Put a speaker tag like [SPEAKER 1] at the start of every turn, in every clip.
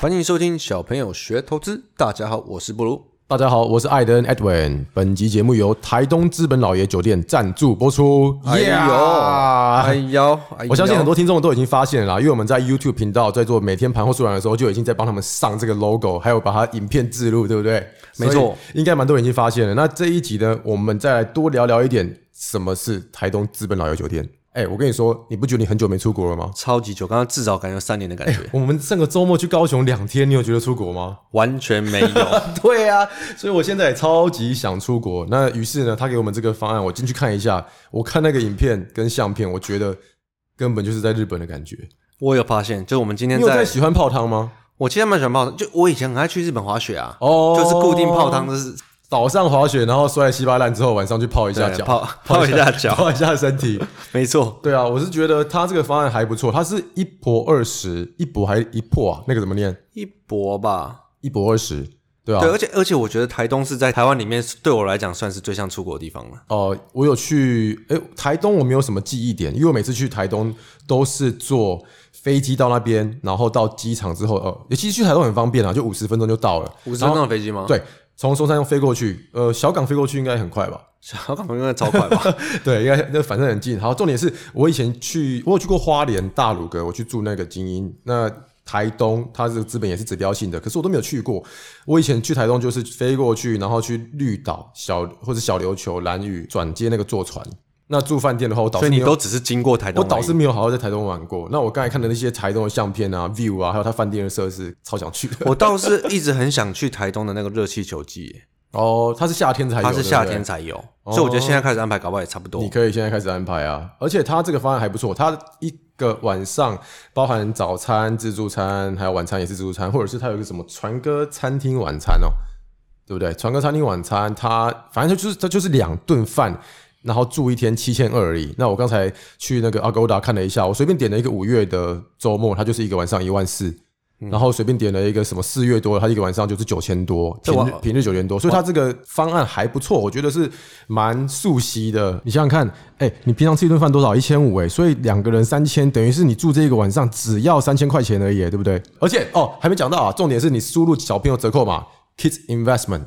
[SPEAKER 1] 欢迎收听小朋友学投资。大家好，我是布鲁。
[SPEAKER 2] 大家好，我是艾登 Edwin。本集节目由台东资本老爷酒店赞助播出。
[SPEAKER 1] 哎呦
[SPEAKER 2] Yeah！
[SPEAKER 1] 哎呦，哎呦
[SPEAKER 2] 我相信很多听众都已经发现了啦，因为我们在 YouTube 频道在做每天盘后速览的时候，就已经在帮他们上这个 logo，还有把它影片置入，对不对？
[SPEAKER 1] 没错
[SPEAKER 2] 所以应该蛮多人已经发现了。那这一集呢，我们再来多聊聊一点什么是台东资本老爷酒店。哎、我跟你说，你不觉得你很久没出国了吗？
[SPEAKER 1] 超级久，刚刚至少感觉有三年的感觉，
[SPEAKER 2] 我们上个周末去高雄两天，你有觉得出国吗？
[SPEAKER 1] 完全没 有。
[SPEAKER 2] 对啊，所以我现在也超级想出国。那于是呢，他给我们这个方案，我进去看一下。我看那个影片跟相片，我觉得根本就是在日本的感觉。
[SPEAKER 1] 我有发现，就我们今天
[SPEAKER 2] 你有在
[SPEAKER 1] 在，
[SPEAKER 2] 喜欢泡汤吗？
[SPEAKER 1] 我其实蛮喜欢泡汤，就我以前很爱去日本滑雪啊，
[SPEAKER 2] 哦
[SPEAKER 1] 就是固定泡汤，就是
[SPEAKER 2] 岛上滑雪，然后摔得稀巴烂之后，晚上去泡一下
[SPEAKER 1] 对
[SPEAKER 2] 脚，
[SPEAKER 1] 泡 泡一下脚
[SPEAKER 2] 泡一下身体。
[SPEAKER 1] 没错，
[SPEAKER 2] 对啊，我是觉得他这个方案还不错，他是一博二十，一博还一破啊？那个怎么念？
[SPEAKER 1] 一博吧。
[SPEAKER 2] 一博二十，对啊。
[SPEAKER 1] 对，而且而且我觉得台东是在台湾里面对我来讲算是最像出国的地方了。
[SPEAKER 2] 呃，我有去，诶，台东我没有什么记忆点，因为我每次去台东都是坐飞机到那边，然后到机场之后，呃，其实去台东很方便啊，就五十分钟就到了。
[SPEAKER 1] 五十分钟的飞机吗？，
[SPEAKER 2] 对，从松山飞过去，呃，小港飞过去应该很快吧？
[SPEAKER 1] 小港应该超快吧？
[SPEAKER 2] 对，应该那反正很近。好，重点是我以前去，我有去过花莲大鲁阁，我去住那个精英。那台东它这个资本也是指标性的，可是我都没有去过。我以前去台东就是飞过去，然后去绿岛、小或者小琉球、蓝屿转接那个坐船。那住饭店的话，我导
[SPEAKER 1] 所
[SPEAKER 2] 是
[SPEAKER 1] 以
[SPEAKER 2] 没
[SPEAKER 1] 你
[SPEAKER 2] 有，
[SPEAKER 1] 都只是经过台东
[SPEAKER 2] 我
[SPEAKER 1] 而已，
[SPEAKER 2] 导是没有好好在台东玩过。那我刚才看的那些台东的相片啊、view 啊，还有它饭店的设施，超想去的。
[SPEAKER 1] 我倒是一直很想去台东的那个热气球季耶，
[SPEAKER 2] 哦，它是夏天才有，
[SPEAKER 1] 它是夏
[SPEAKER 2] 对不对哦
[SPEAKER 1] 天才有，所以我觉得现在开始安排，搞不好也差不多
[SPEAKER 2] 你。可以现在开始安排啊，而且他这个方案还不错，他一个晚上包含早餐、自助餐，还有晚餐也是自助餐，或者是他有一个什么船歌餐厅晚餐哦，对不对？船歌餐厅晚餐，它反正就是它就是两顿饭，然后住一天七千二而已。那我刚才去那个 Agoda 看了一下，我随便点了一个五月的周末，它就是一个晚上一万四。
[SPEAKER 1] 嗯
[SPEAKER 2] 然后随便点了一个什么四月多，它一个晚上就是九千多，
[SPEAKER 1] 这
[SPEAKER 2] 平
[SPEAKER 1] 我
[SPEAKER 2] 日平日九千多，所以它这个方案还不错，我觉得是蛮熟悉的。你想想看，哎、你平常吃一顿饭多少？一千五，哎，所以两个人三千，等于是你住这一个晚上只要三千块钱而已，哎对不对？而且哦，还没讲到啊，重点是你输入小朋友折扣码 Kids Investment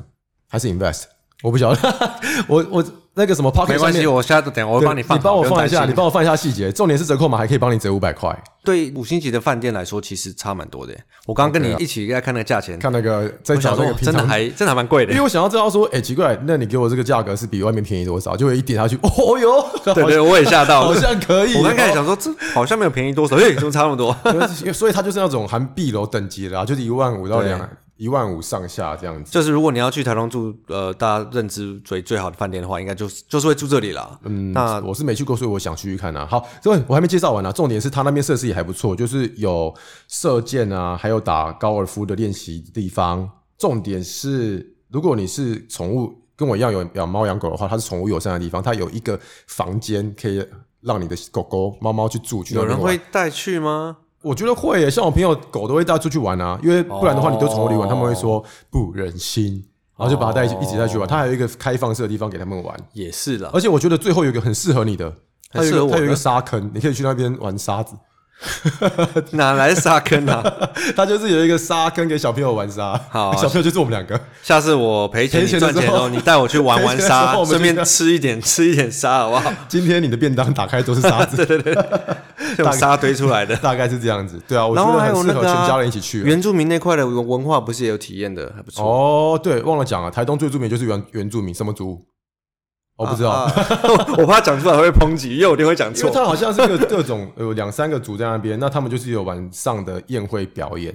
[SPEAKER 2] 还是 Invest，我不晓得， 我我那个什么 Pocket
[SPEAKER 1] 没关系，我现在等我会
[SPEAKER 2] 对
[SPEAKER 1] 帮你放好，
[SPEAKER 2] 你帮我
[SPEAKER 1] 不用
[SPEAKER 2] 放一下，
[SPEAKER 1] 担
[SPEAKER 2] 你
[SPEAKER 1] 心
[SPEAKER 2] 帮我放一下细节。重点是折扣码还可以帮你折五百块，
[SPEAKER 1] 对五星级的饭店来说，其实差蛮多的耶。我刚刚跟你一起在看那个价钱，
[SPEAKER 2] 看那个在
[SPEAKER 1] 我想
[SPEAKER 2] 找那
[SPEAKER 1] 说
[SPEAKER 2] 个
[SPEAKER 1] 哦
[SPEAKER 2] 平
[SPEAKER 1] 真的
[SPEAKER 2] 常
[SPEAKER 1] 还真的还蛮贵的
[SPEAKER 2] 因为。我想要知道说，哎、奇怪，那你给我这个价格是比外面便宜多少？就一点下去，哦哟，
[SPEAKER 1] 对对，我也吓到了，
[SPEAKER 2] 好像可以哦
[SPEAKER 1] 我刚开始想说，这好像没有便宜多少，哎，怎么差那么多？
[SPEAKER 2] 好像，所以它就是那种含碧楼等级的啊，就是一万五到两一万五上下这样子。
[SPEAKER 1] 就是如果你要去台东住，呃，大家认知最最好的饭店的话，应该就是就是会住这里啦。嗯，那
[SPEAKER 2] 我是没去过，所以我想去去看啊。好，所以我还没介绍完呢、啊。重点是他那边设施也还不错，就是有射箭啊，还有打高尔夫的练习地方。重点是，如果你是宠物，跟我一样有养猫养狗的话，它是宠物友善的地方，它有一个房间可以让你的狗狗、猫猫去住。去那
[SPEAKER 1] 有
[SPEAKER 2] 边
[SPEAKER 1] 人
[SPEAKER 2] 玩
[SPEAKER 1] 会带去吗？
[SPEAKER 2] 我觉得会耶，像我朋友狗都会带出去玩啊，因为不然的话
[SPEAKER 1] 哦
[SPEAKER 2] 你丢宠物旅馆，他们会说不忍心，然后就把它带
[SPEAKER 1] 哦
[SPEAKER 2] 去一起带去玩。它还有一个开放式的地方给他们玩，
[SPEAKER 1] 也是啦，
[SPEAKER 2] 而且我觉得最后有一个很适合你的，它
[SPEAKER 1] 很
[SPEAKER 2] 有一
[SPEAKER 1] 适合
[SPEAKER 2] 个
[SPEAKER 1] 我
[SPEAKER 2] 它有一
[SPEAKER 1] 的
[SPEAKER 2] 个沙坑，你可以去那边玩沙子，
[SPEAKER 1] 哪来沙坑啊？
[SPEAKER 2] 它就是有一个沙坑给小朋友玩沙，
[SPEAKER 1] 好啊
[SPEAKER 2] 小朋友就是我们两个，
[SPEAKER 1] 下次我赔钱
[SPEAKER 2] 赔
[SPEAKER 1] 你
[SPEAKER 2] 钱的
[SPEAKER 1] 赚钱
[SPEAKER 2] 时候
[SPEAKER 1] 哦，你带我去玩玩
[SPEAKER 2] 赔钱的时
[SPEAKER 1] 沙
[SPEAKER 2] 候，我们
[SPEAKER 1] 顺
[SPEAKER 2] 就
[SPEAKER 1] 便
[SPEAKER 2] 这样
[SPEAKER 1] 吃一点吃一点沙，好不 好？
[SPEAKER 2] 今天你的便当打开都是 沙子，
[SPEAKER 1] 用沙堆出来的。
[SPEAKER 2] 大概是这样子，对啊，我
[SPEAKER 1] 然
[SPEAKER 2] 觉
[SPEAKER 1] 后
[SPEAKER 2] 得
[SPEAKER 1] 还
[SPEAKER 2] 很
[SPEAKER 1] 有
[SPEAKER 2] 适
[SPEAKER 1] 那
[SPEAKER 2] 合
[SPEAKER 1] 个啊、
[SPEAKER 2] 全家人一起去。
[SPEAKER 1] 原住民那块的文文化不是也有体验的，还不错。
[SPEAKER 2] 哦，对，忘了讲了，台东最著名就是原原住民什么族，我不知道。
[SPEAKER 1] 啊 我怕讲出来会被抨击，因为我一定会讲
[SPEAKER 2] 因为
[SPEAKER 1] 错。
[SPEAKER 2] 它好像 是各各种有两三个组在那边，那他们就是有晚上的宴会表演，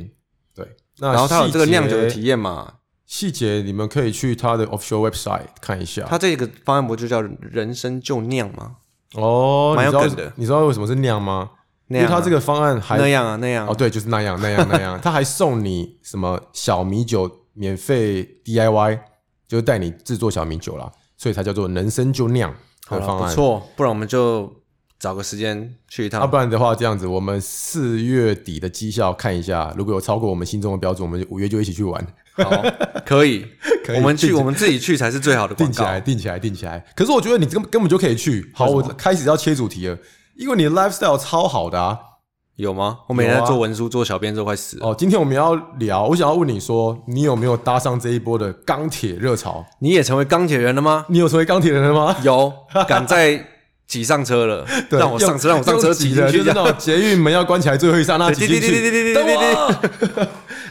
[SPEAKER 2] 对。 那
[SPEAKER 1] 然后它有这个酿酒的体
[SPEAKER 2] 细节
[SPEAKER 1] 验嘛？
[SPEAKER 2] 细节，你们可以去它的 official website 看一下。
[SPEAKER 1] 它这个方案不就叫人生就酿吗？
[SPEAKER 2] 哦，
[SPEAKER 1] 蛮有
[SPEAKER 2] 你知道
[SPEAKER 1] 梗的
[SPEAKER 2] 你知道为什么是酿吗？
[SPEAKER 1] 那
[SPEAKER 2] 因为
[SPEAKER 1] 样啊
[SPEAKER 2] 它这个方案还
[SPEAKER 1] 那样啊，那样啊
[SPEAKER 2] 哦，对，就是那样那样那 样，它还送你什么小米酒免费 DIY，就是带你制作小米酒啦，所以才叫做能生就酿
[SPEAKER 1] 好
[SPEAKER 2] 的
[SPEAKER 1] 了
[SPEAKER 2] 方
[SPEAKER 1] 不
[SPEAKER 2] 案。
[SPEAKER 1] 错。啊不然我们就找个时间去一
[SPEAKER 2] 要、
[SPEAKER 1] 趟。
[SPEAKER 2] 不然的话，这样子，我们四月底的绩效看一下，如果有超过我们心中的标准，我们就五月就一起去玩，
[SPEAKER 1] 好， 可以，
[SPEAKER 2] 可以
[SPEAKER 1] 我们去，
[SPEAKER 2] 定
[SPEAKER 1] 我们自己去才是最好的
[SPEAKER 2] 定
[SPEAKER 1] 广
[SPEAKER 2] 起来，
[SPEAKER 1] 告。
[SPEAKER 2] 定起来，定起来。可是我觉得你根根本就可以去。好，我开始要切主题了，因为你的 lifestyle 超好的啊，
[SPEAKER 1] 有吗？我每天
[SPEAKER 2] 有啊
[SPEAKER 1] 在做文书、做小编，都快死了。
[SPEAKER 2] 哦，今天我们要聊，我想要问你说，你有没有搭上这一波的钢铁热潮？
[SPEAKER 1] 你也成为钢铁人了 吗？
[SPEAKER 2] 你有成为钢铁人了吗？
[SPEAKER 1] 有，赶在挤上车了，
[SPEAKER 2] 对
[SPEAKER 1] 让我上车，让我上车
[SPEAKER 2] 用
[SPEAKER 1] 挤
[SPEAKER 2] 挤
[SPEAKER 1] 进
[SPEAKER 2] 的，
[SPEAKER 1] 去
[SPEAKER 2] 就
[SPEAKER 1] 这
[SPEAKER 2] 是
[SPEAKER 1] 样。
[SPEAKER 2] 那种捷运门要关起来最后一刹那
[SPEAKER 1] 对
[SPEAKER 2] 挤
[SPEAKER 1] 滴
[SPEAKER 2] 进
[SPEAKER 1] 滴滴滴滴滴
[SPEAKER 2] 去，等
[SPEAKER 1] 滴滴
[SPEAKER 2] 我，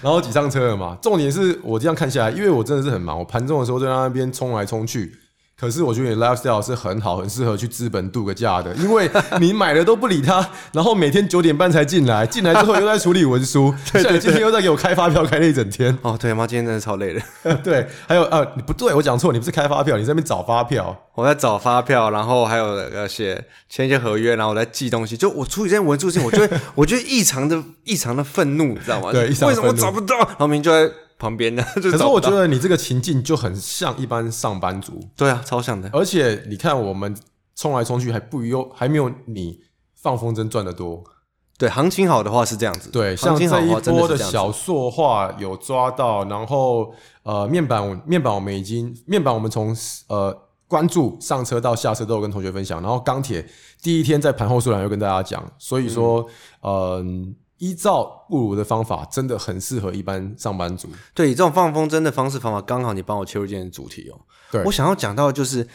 [SPEAKER 2] 然后挤上车了嘛。重点是我这样看下来，因为我真的是很忙，我盘中的时候在那边冲来冲去。可是我觉得你的 lifestyle 是很好，很适合去资本度个假的，因为你买了都不 理他，然后每天九点半才进来，进来之后又在处理文 书，像你今天又在给我开发票开了一整天，
[SPEAKER 1] 哦，对，妈，今天真的超累的。
[SPEAKER 2] 对，还有呃，你不对，我讲错，你不是开发票，你在那边找发票，
[SPEAKER 1] 我在找发票，然后还有呃写签一些合约，然后我在寄东西。就我处理这些文书事情，我就会我就会异常的异常的愤怒，你知道吗？
[SPEAKER 2] 对异常
[SPEAKER 1] 为什么我
[SPEAKER 2] 愤怒
[SPEAKER 1] 找不到？然后明明就在旁边呢，就
[SPEAKER 2] 可是
[SPEAKER 1] 找不
[SPEAKER 2] 我觉
[SPEAKER 1] 到。
[SPEAKER 2] 得你这个情境就很像一般上班族，
[SPEAKER 1] 对啊，超像的。
[SPEAKER 2] 而且你看，我们冲来冲去还不用，还没有你放风筝赚得多。
[SPEAKER 1] 对，行情好的话是这样子。
[SPEAKER 2] 对，像
[SPEAKER 1] 行情好
[SPEAKER 2] 这一
[SPEAKER 1] 话真
[SPEAKER 2] 波
[SPEAKER 1] 是
[SPEAKER 2] 的
[SPEAKER 1] 这样子。
[SPEAKER 2] 小塑化有抓到，然后呃，面板我面板我们已经面板我们从呃关注上车到下车都有跟同学分享，然后钢铁第一天在盘后数量又跟大家讲，所以说嗯、依照布鲁的方法，真的很适合一般上班族。
[SPEAKER 1] 对，这种放风筝的方式方法，刚好你帮我切入今天的主题哦。
[SPEAKER 2] 对
[SPEAKER 1] 我想要讲到的就是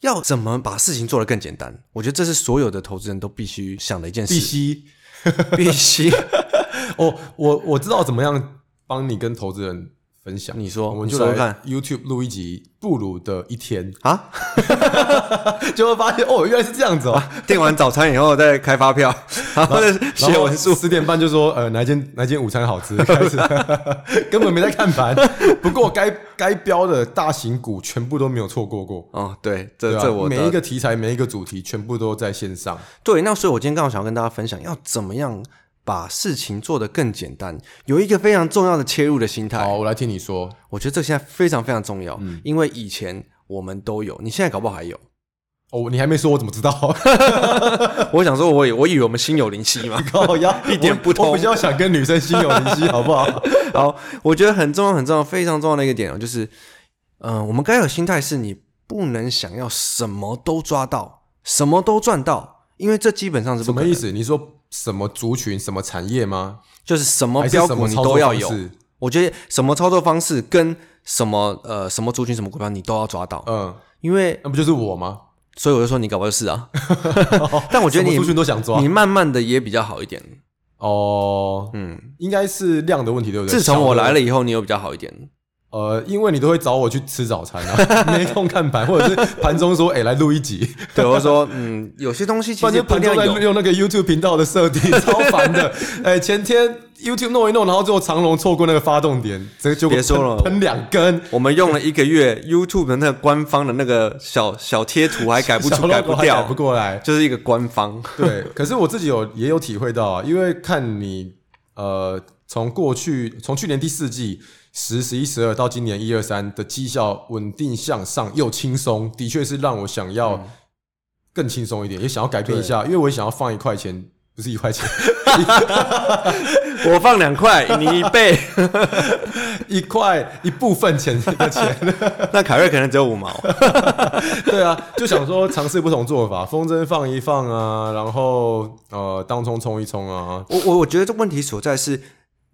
[SPEAKER 1] 要怎么把事情做得更简单。我觉得这是所有的投资人都必须想的一件事，
[SPEAKER 2] 必须
[SPEAKER 1] 必须。
[SPEAKER 2] 哦，我我知道怎么样帮你跟投资人分享。
[SPEAKER 1] 你说
[SPEAKER 2] 我们
[SPEAKER 1] 你
[SPEAKER 2] 就
[SPEAKER 1] 说说
[SPEAKER 2] 来
[SPEAKER 1] 看
[SPEAKER 2] YouTube 录一集布鲁的一天，
[SPEAKER 1] 啊，
[SPEAKER 2] 就会发现哦，原来是这样子哦。
[SPEAKER 1] 订完早餐以后再开发票，然后再写文书。
[SPEAKER 2] 十点半就说呃哪一间哪一间午餐好吃， 开始根本没在看盘。不过该该标的大型股全部都没有错过过，
[SPEAKER 1] 哦，对，
[SPEAKER 2] 对
[SPEAKER 1] 这、
[SPEAKER 2] 吧、
[SPEAKER 1] 这我
[SPEAKER 2] 每一
[SPEAKER 1] 的
[SPEAKER 2] 个题材每一个主题全部都在线上。
[SPEAKER 1] 对。那所以，我今天刚好想要跟大家分享，要怎么样把事情做得更简单，有一个非常重要的切入的心态。
[SPEAKER 2] 好，嗯我来听你说。
[SPEAKER 1] 我觉得这现在非常非常重要，因为以前我们都有，你现在搞不好还有。
[SPEAKER 2] 哦，你还没说，我怎么 知道？
[SPEAKER 1] 我想说我以，我以为我们心有灵犀嘛。
[SPEAKER 2] 高压
[SPEAKER 1] 一点不
[SPEAKER 2] 我
[SPEAKER 1] 通
[SPEAKER 2] 比较想跟女生心有灵犀，好不 好？
[SPEAKER 1] 好，我觉得很重要、很重要、非常重要的一个点哦，就是，嗯、我们该有心态是你不能想要什么都抓到，什么都赚到，因为这基本上是
[SPEAKER 2] 什
[SPEAKER 1] 不可
[SPEAKER 2] 么
[SPEAKER 1] 能
[SPEAKER 2] 意思？你说什么族群、什么产业吗？
[SPEAKER 1] 就是什么
[SPEAKER 2] 还是
[SPEAKER 1] 标
[SPEAKER 2] 什
[SPEAKER 1] 股
[SPEAKER 2] 么
[SPEAKER 1] 你
[SPEAKER 2] 操
[SPEAKER 1] 都
[SPEAKER 2] 作
[SPEAKER 1] 要
[SPEAKER 2] 方
[SPEAKER 1] 有
[SPEAKER 2] 式。
[SPEAKER 1] 我觉得什么操作方式跟什么呃什么族群什么股票你都要抓到，
[SPEAKER 2] 嗯，
[SPEAKER 1] 因为
[SPEAKER 2] 那不就是我吗？
[SPEAKER 1] 所以我就说你搞不好就是 啊。 但我觉得你
[SPEAKER 2] 什么族群都想抓
[SPEAKER 1] 你慢慢的也比较好一点。
[SPEAKER 2] 哦，
[SPEAKER 1] 嗯，
[SPEAKER 2] 应该是量的问题，对不对？
[SPEAKER 1] 自从我
[SPEAKER 2] 小的
[SPEAKER 1] 来了以后，你有比较好一点。
[SPEAKER 2] 呃，因为你都会找我去吃早餐啊， 没空看盘，或者是盘中说，哎、来录 一集，
[SPEAKER 1] 对，我就说嗯，有些东西
[SPEAKER 2] 不
[SPEAKER 1] 其
[SPEAKER 2] 然
[SPEAKER 1] 实
[SPEAKER 2] 就
[SPEAKER 1] 不一
[SPEAKER 2] 盘
[SPEAKER 1] 定
[SPEAKER 2] 中
[SPEAKER 1] 要
[SPEAKER 2] 在
[SPEAKER 1] 有。
[SPEAKER 2] 用那个 YouTube 频道的设 定，超烦的。哎、前天 YouTube 弄一弄，然后最后长龙错过那个发动点，这个就
[SPEAKER 1] 别说了
[SPEAKER 2] 喷两根，
[SPEAKER 1] 我们用了一个月 YouTube 的那个官方的那个小小贴图，还改不
[SPEAKER 2] 小
[SPEAKER 1] 出、
[SPEAKER 2] logo
[SPEAKER 1] 改不
[SPEAKER 2] 还
[SPEAKER 1] 掉
[SPEAKER 2] 改不，过来。
[SPEAKER 1] 就是一个官方。
[SPEAKER 2] 对，可是我自己有也有体会到啊，因为看你呃，从过去从去年第四季十、十一、十二到今年一二三的绩效稳定向上又轻松，的确是让我想要更轻松一点，也想要改变一下，因为我也想要放一块钱，不是一块钱，
[SPEAKER 1] 我放两块，你一 倍，
[SPEAKER 2] 一块一部分钱的钱，
[SPEAKER 1] 那凯瑞可能只有五毛。
[SPEAKER 2] 对啊，就想说尝试不同做法，风筝放一放啊，然后呃，当冲冲一冲啊，
[SPEAKER 1] 我我我觉得这问题所在是，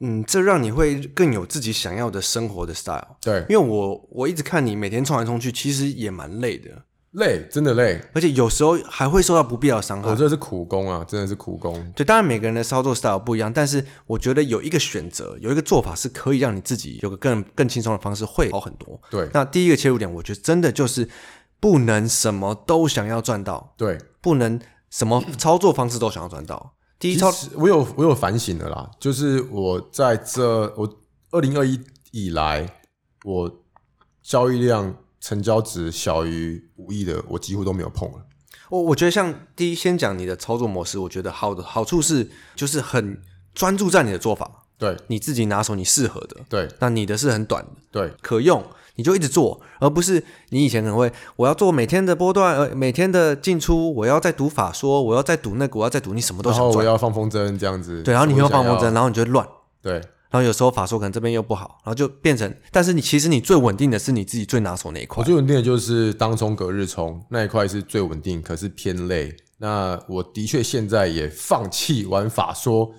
[SPEAKER 1] 嗯，这让你会更有自己想要的生活的 style。
[SPEAKER 2] 对，
[SPEAKER 1] 因为我我一直看你每天冲来冲去，其实也蛮累的，
[SPEAKER 2] 累，真的累，
[SPEAKER 1] 而且有时候还会受到不必要的伤
[SPEAKER 2] 我
[SPEAKER 1] 害。
[SPEAKER 2] 这是苦工啊，真的是苦工。
[SPEAKER 1] 对，当然每个人的操作 style 不一样，但是我觉得有一个选择，有一个做法是可以让你自己有个更更轻松的方式，会好很多。
[SPEAKER 2] 对
[SPEAKER 1] 那第一个切入点，我觉得真的就是不能什么都想要赚到，
[SPEAKER 2] 对，
[SPEAKER 1] 不能什么操作方式都想要赚到。第一
[SPEAKER 2] 其
[SPEAKER 1] 操，
[SPEAKER 2] 实我有我有反省的啦，就是我在这我二零二一以来，我交易量成交值小于五亿的，我几乎都没有碰了。
[SPEAKER 1] 我我觉得像第一先讲你的操作模式，我觉得好的好处是就是很专注在你的做法，
[SPEAKER 2] 对
[SPEAKER 1] 你自己拿手你适合的，
[SPEAKER 2] 对
[SPEAKER 1] 那你的是很短的，
[SPEAKER 2] 对
[SPEAKER 1] 可用，你就一直做，而不是你以前可能会，我要做每天的波段，呃，每天的进出，我要再读法说，我要再读那个，我要再读，你什么都
[SPEAKER 2] 然后
[SPEAKER 1] 想
[SPEAKER 2] 我
[SPEAKER 1] 赚，
[SPEAKER 2] 要放风筝这样子，
[SPEAKER 1] 对，然后你
[SPEAKER 2] 我
[SPEAKER 1] 又
[SPEAKER 2] 想
[SPEAKER 1] 放风筝，
[SPEAKER 2] 要，
[SPEAKER 1] 然后你就会乱，
[SPEAKER 2] 对
[SPEAKER 1] 然后有时候法说可能这边又不好，然后就变成，但是你其实你最稳定的是你自己最拿手那一
[SPEAKER 2] 我
[SPEAKER 1] 块，
[SPEAKER 2] 最稳定的就是当冲隔日冲那一块是最稳定，可是偏累，那我的确现在也放弃玩法说，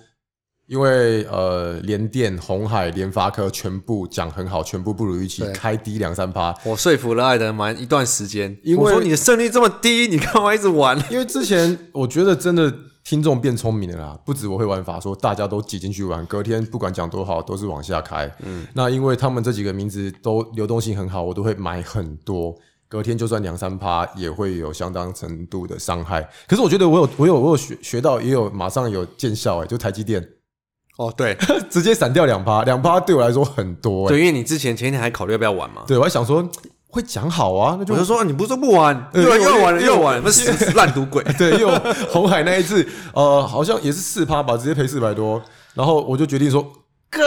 [SPEAKER 2] 因为呃，联电、红海、联发科全部讲很好，全部不如预期
[SPEAKER 1] 对，
[SPEAKER 2] 开低两三趴。
[SPEAKER 1] 我说服了艾德蛮一段时间，
[SPEAKER 2] 因为
[SPEAKER 1] 我说你的胜率这么低， 你干嘛一直玩？
[SPEAKER 2] 因为之前我觉得真的听众变聪明了啦，不止我会玩法说，大家都挤进去玩，隔天不管讲多好，都是往下开。嗯，那因为他们这几个名字都流动性很好，我都会买很多。隔天就算两三趴，也会有相当程度的伤害。可是我觉得我有我有我有学学到，也有马上有见效哎、就台积电
[SPEAKER 1] 哦，对，
[SPEAKER 2] 直接闪掉两趴，两趴对我来说很多哎、
[SPEAKER 1] 对，因为你之前前一天还考虑要不要玩嘛，
[SPEAKER 2] 对，我还想说会讲好啊，那就
[SPEAKER 1] 我就说啊你不是说不玩，
[SPEAKER 2] 对
[SPEAKER 1] 又
[SPEAKER 2] 因为
[SPEAKER 1] 又玩了
[SPEAKER 2] 因为
[SPEAKER 1] 又玩了，不是死烂赌鬼。
[SPEAKER 2] 对，因为我红海那一次，呃，好像也是四趴吧，直接赔四百多，然后我就决定说。哥，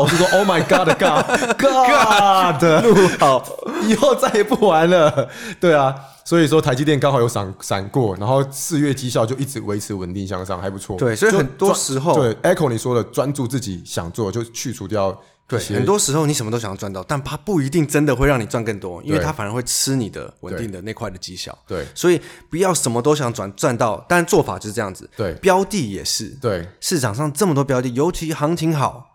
[SPEAKER 2] 我是说，Oh my God，God，God，录好， 以后再也不玩了。对啊，所以说台积电刚好有闪闪过，然后四月绩效就一直维持稳定向上，还不错。
[SPEAKER 1] 对所以
[SPEAKER 2] 就
[SPEAKER 1] 很多
[SPEAKER 2] 专
[SPEAKER 1] 时候
[SPEAKER 2] 对 Echo 你说的，专注自己想做，就去除掉
[SPEAKER 1] 对，
[SPEAKER 2] 一些
[SPEAKER 1] 很多时候你什么都想要赚到，但它不一定真的会让你赚更多，因为
[SPEAKER 2] 对
[SPEAKER 1] 它反而会吃你的稳
[SPEAKER 2] 对
[SPEAKER 1] 定的那块的绩效。
[SPEAKER 2] 对
[SPEAKER 1] 所以不要什么都想转赚到，但做法就是这样子。
[SPEAKER 2] 对
[SPEAKER 1] 标的也是，
[SPEAKER 2] 对
[SPEAKER 1] 市场上这么多标的，尤其行情好，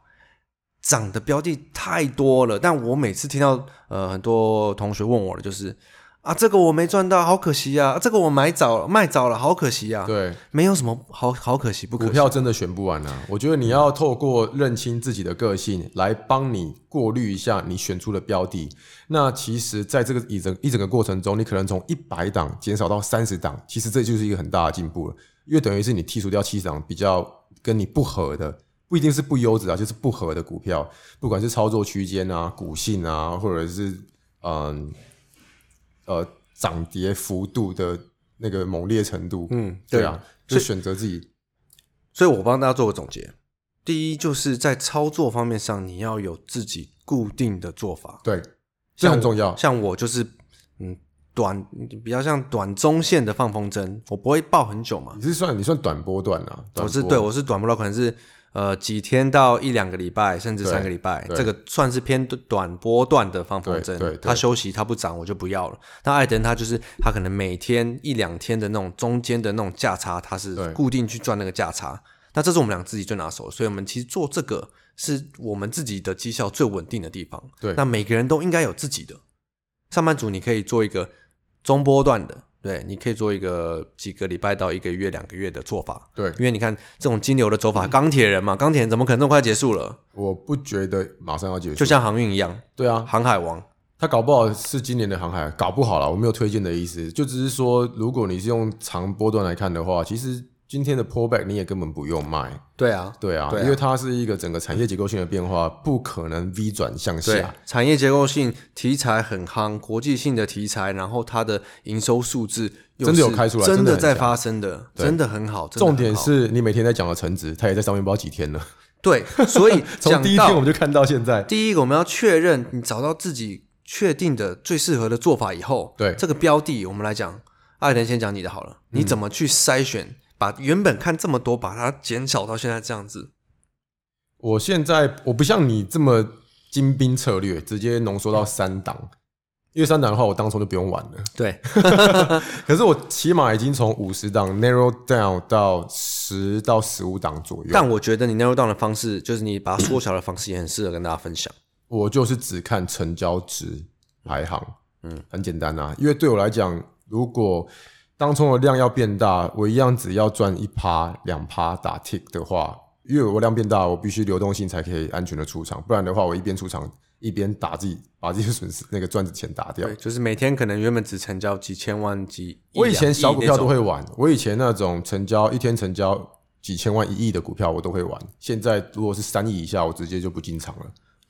[SPEAKER 1] 涨的标的太多了。但我每次听到呃很多同学问我的就是啊，这个我没赚到，好可惜啊啊这个我买早了，卖早了，好可惜啊。，
[SPEAKER 2] 对，
[SPEAKER 1] 没有什么好好可惜不可
[SPEAKER 2] 股
[SPEAKER 1] 惜。
[SPEAKER 2] 票真的选不完啊！我觉得你要透过认清自己的个性，来帮你过滤一下你选出的标的。那其实，在这个一整一整个过程中，你可能从一百档减少到三十档，其实这就是一个很大的进步了，因为等于是你剔除掉七十档比较跟你不合的。不一定是不优质啊，就是不合的股票，不管是操作区间啊、股性啊，或者是嗯呃涨跌幅度的那个猛烈程度，
[SPEAKER 1] 嗯
[SPEAKER 2] 对
[SPEAKER 1] 对
[SPEAKER 2] 啊，就选择自己
[SPEAKER 1] 所以我帮大家做个总结。第一就是在操作方面上，你要有自己固定的做法，
[SPEAKER 2] 对，这很重要。
[SPEAKER 1] 像我就是嗯短比较像短中线的放风筝，我不会抱很久嘛
[SPEAKER 2] 你，是算你算短波段啊？短
[SPEAKER 1] 我是
[SPEAKER 2] 波
[SPEAKER 1] 对我是短不到，可能是呃几天到一两个礼拜，甚至
[SPEAKER 2] 对
[SPEAKER 1] 三个礼拜，
[SPEAKER 2] 对
[SPEAKER 1] 这个算是偏短波段的放风
[SPEAKER 2] 对对
[SPEAKER 1] 筝
[SPEAKER 2] 对。
[SPEAKER 1] 它休息它不涨我就不要了。那艾登他就是他可能每天一两天的那种中间的那种价差，他是
[SPEAKER 2] 对
[SPEAKER 1] 固定去赚那个价差。那这是我们俩自己最拿手的，所以我们其实做这个是我们自己的绩效最稳定的地方。
[SPEAKER 2] 对
[SPEAKER 1] 那每个人都应该有自己的。上班族你可以做一个中波段的，对，你可以做一个几个礼拜到一个月、两个月的做法，
[SPEAKER 2] 对，
[SPEAKER 1] 因为你看这种金牛的走法，钢铁人嘛，钢铁人怎么可能这么快结束了？
[SPEAKER 2] 我不觉得马上要结束
[SPEAKER 1] 就。像航运一样，
[SPEAKER 2] 对啊，
[SPEAKER 1] 航海王，
[SPEAKER 2] 他搞不好是今年的航海，搞不好啦，我没有推荐的意思，就只是说，如果你是用长波段来看的话，其实今天的 pullback 你也根本不用卖。
[SPEAKER 1] 对啊，
[SPEAKER 2] 对啊，
[SPEAKER 1] 对啊
[SPEAKER 2] 因为它是一个整个产业结构性的变化，不可能 V 转向
[SPEAKER 1] 对
[SPEAKER 2] 下。，
[SPEAKER 1] 产业结构性题材很夯，国际性的题材，然后它的营收数字又
[SPEAKER 2] 真的有
[SPEAKER 1] 是
[SPEAKER 2] 开出来
[SPEAKER 1] 真
[SPEAKER 2] 真的很
[SPEAKER 1] 在
[SPEAKER 2] 强
[SPEAKER 1] 发生的，
[SPEAKER 2] 对
[SPEAKER 1] 真的很好。真的
[SPEAKER 2] 重点
[SPEAKER 1] 很好
[SPEAKER 2] 是你每天在讲的成值，它也在上面不知道几天了。
[SPEAKER 1] 对，所以
[SPEAKER 2] 从
[SPEAKER 1] 讲
[SPEAKER 2] 第一
[SPEAKER 1] 到
[SPEAKER 2] 天我们就看到现在，
[SPEAKER 1] 第一个，我们要确认你找到自己确定的最适合的做法以后，
[SPEAKER 2] 对嗯
[SPEAKER 1] 这个标的，我们来讲，艾伦先讲你的好了，你怎么去筛选，把原本看这么多，把它减少到现在这样子？
[SPEAKER 2] 我现在我不像你这么精兵策略，直接浓缩到三档。因为三档的话，我当初就不用玩了。
[SPEAKER 1] 对，
[SPEAKER 2] 可是我起码已经从五十档 narrow down 到十到十五档左右。
[SPEAKER 1] 但我觉得你 narrow down 的方式，就是你把它缩小的方式，也很适合跟大家分享。
[SPEAKER 2] 我就是只看成交值排行，嗯，很简单啊。因为对我来讲，如果当冲的量要变大，我一样只要赚一趴、两趴打 tick 的话，因为我量变大，我必须流动性才可以安全的出场，不然的话，我一边出场一边打自己，把自己的损失那个赚的钱打掉
[SPEAKER 1] 对，。就是每天可能原本只成交几千万、几亿
[SPEAKER 2] 我以前
[SPEAKER 1] 两亿
[SPEAKER 2] 小股
[SPEAKER 1] 那
[SPEAKER 2] 票
[SPEAKER 1] 种
[SPEAKER 2] 都会玩，我以前那种成交一天成交几千万、一亿的股票我都会玩。现在如果是三亿以下，我直接就不进场了。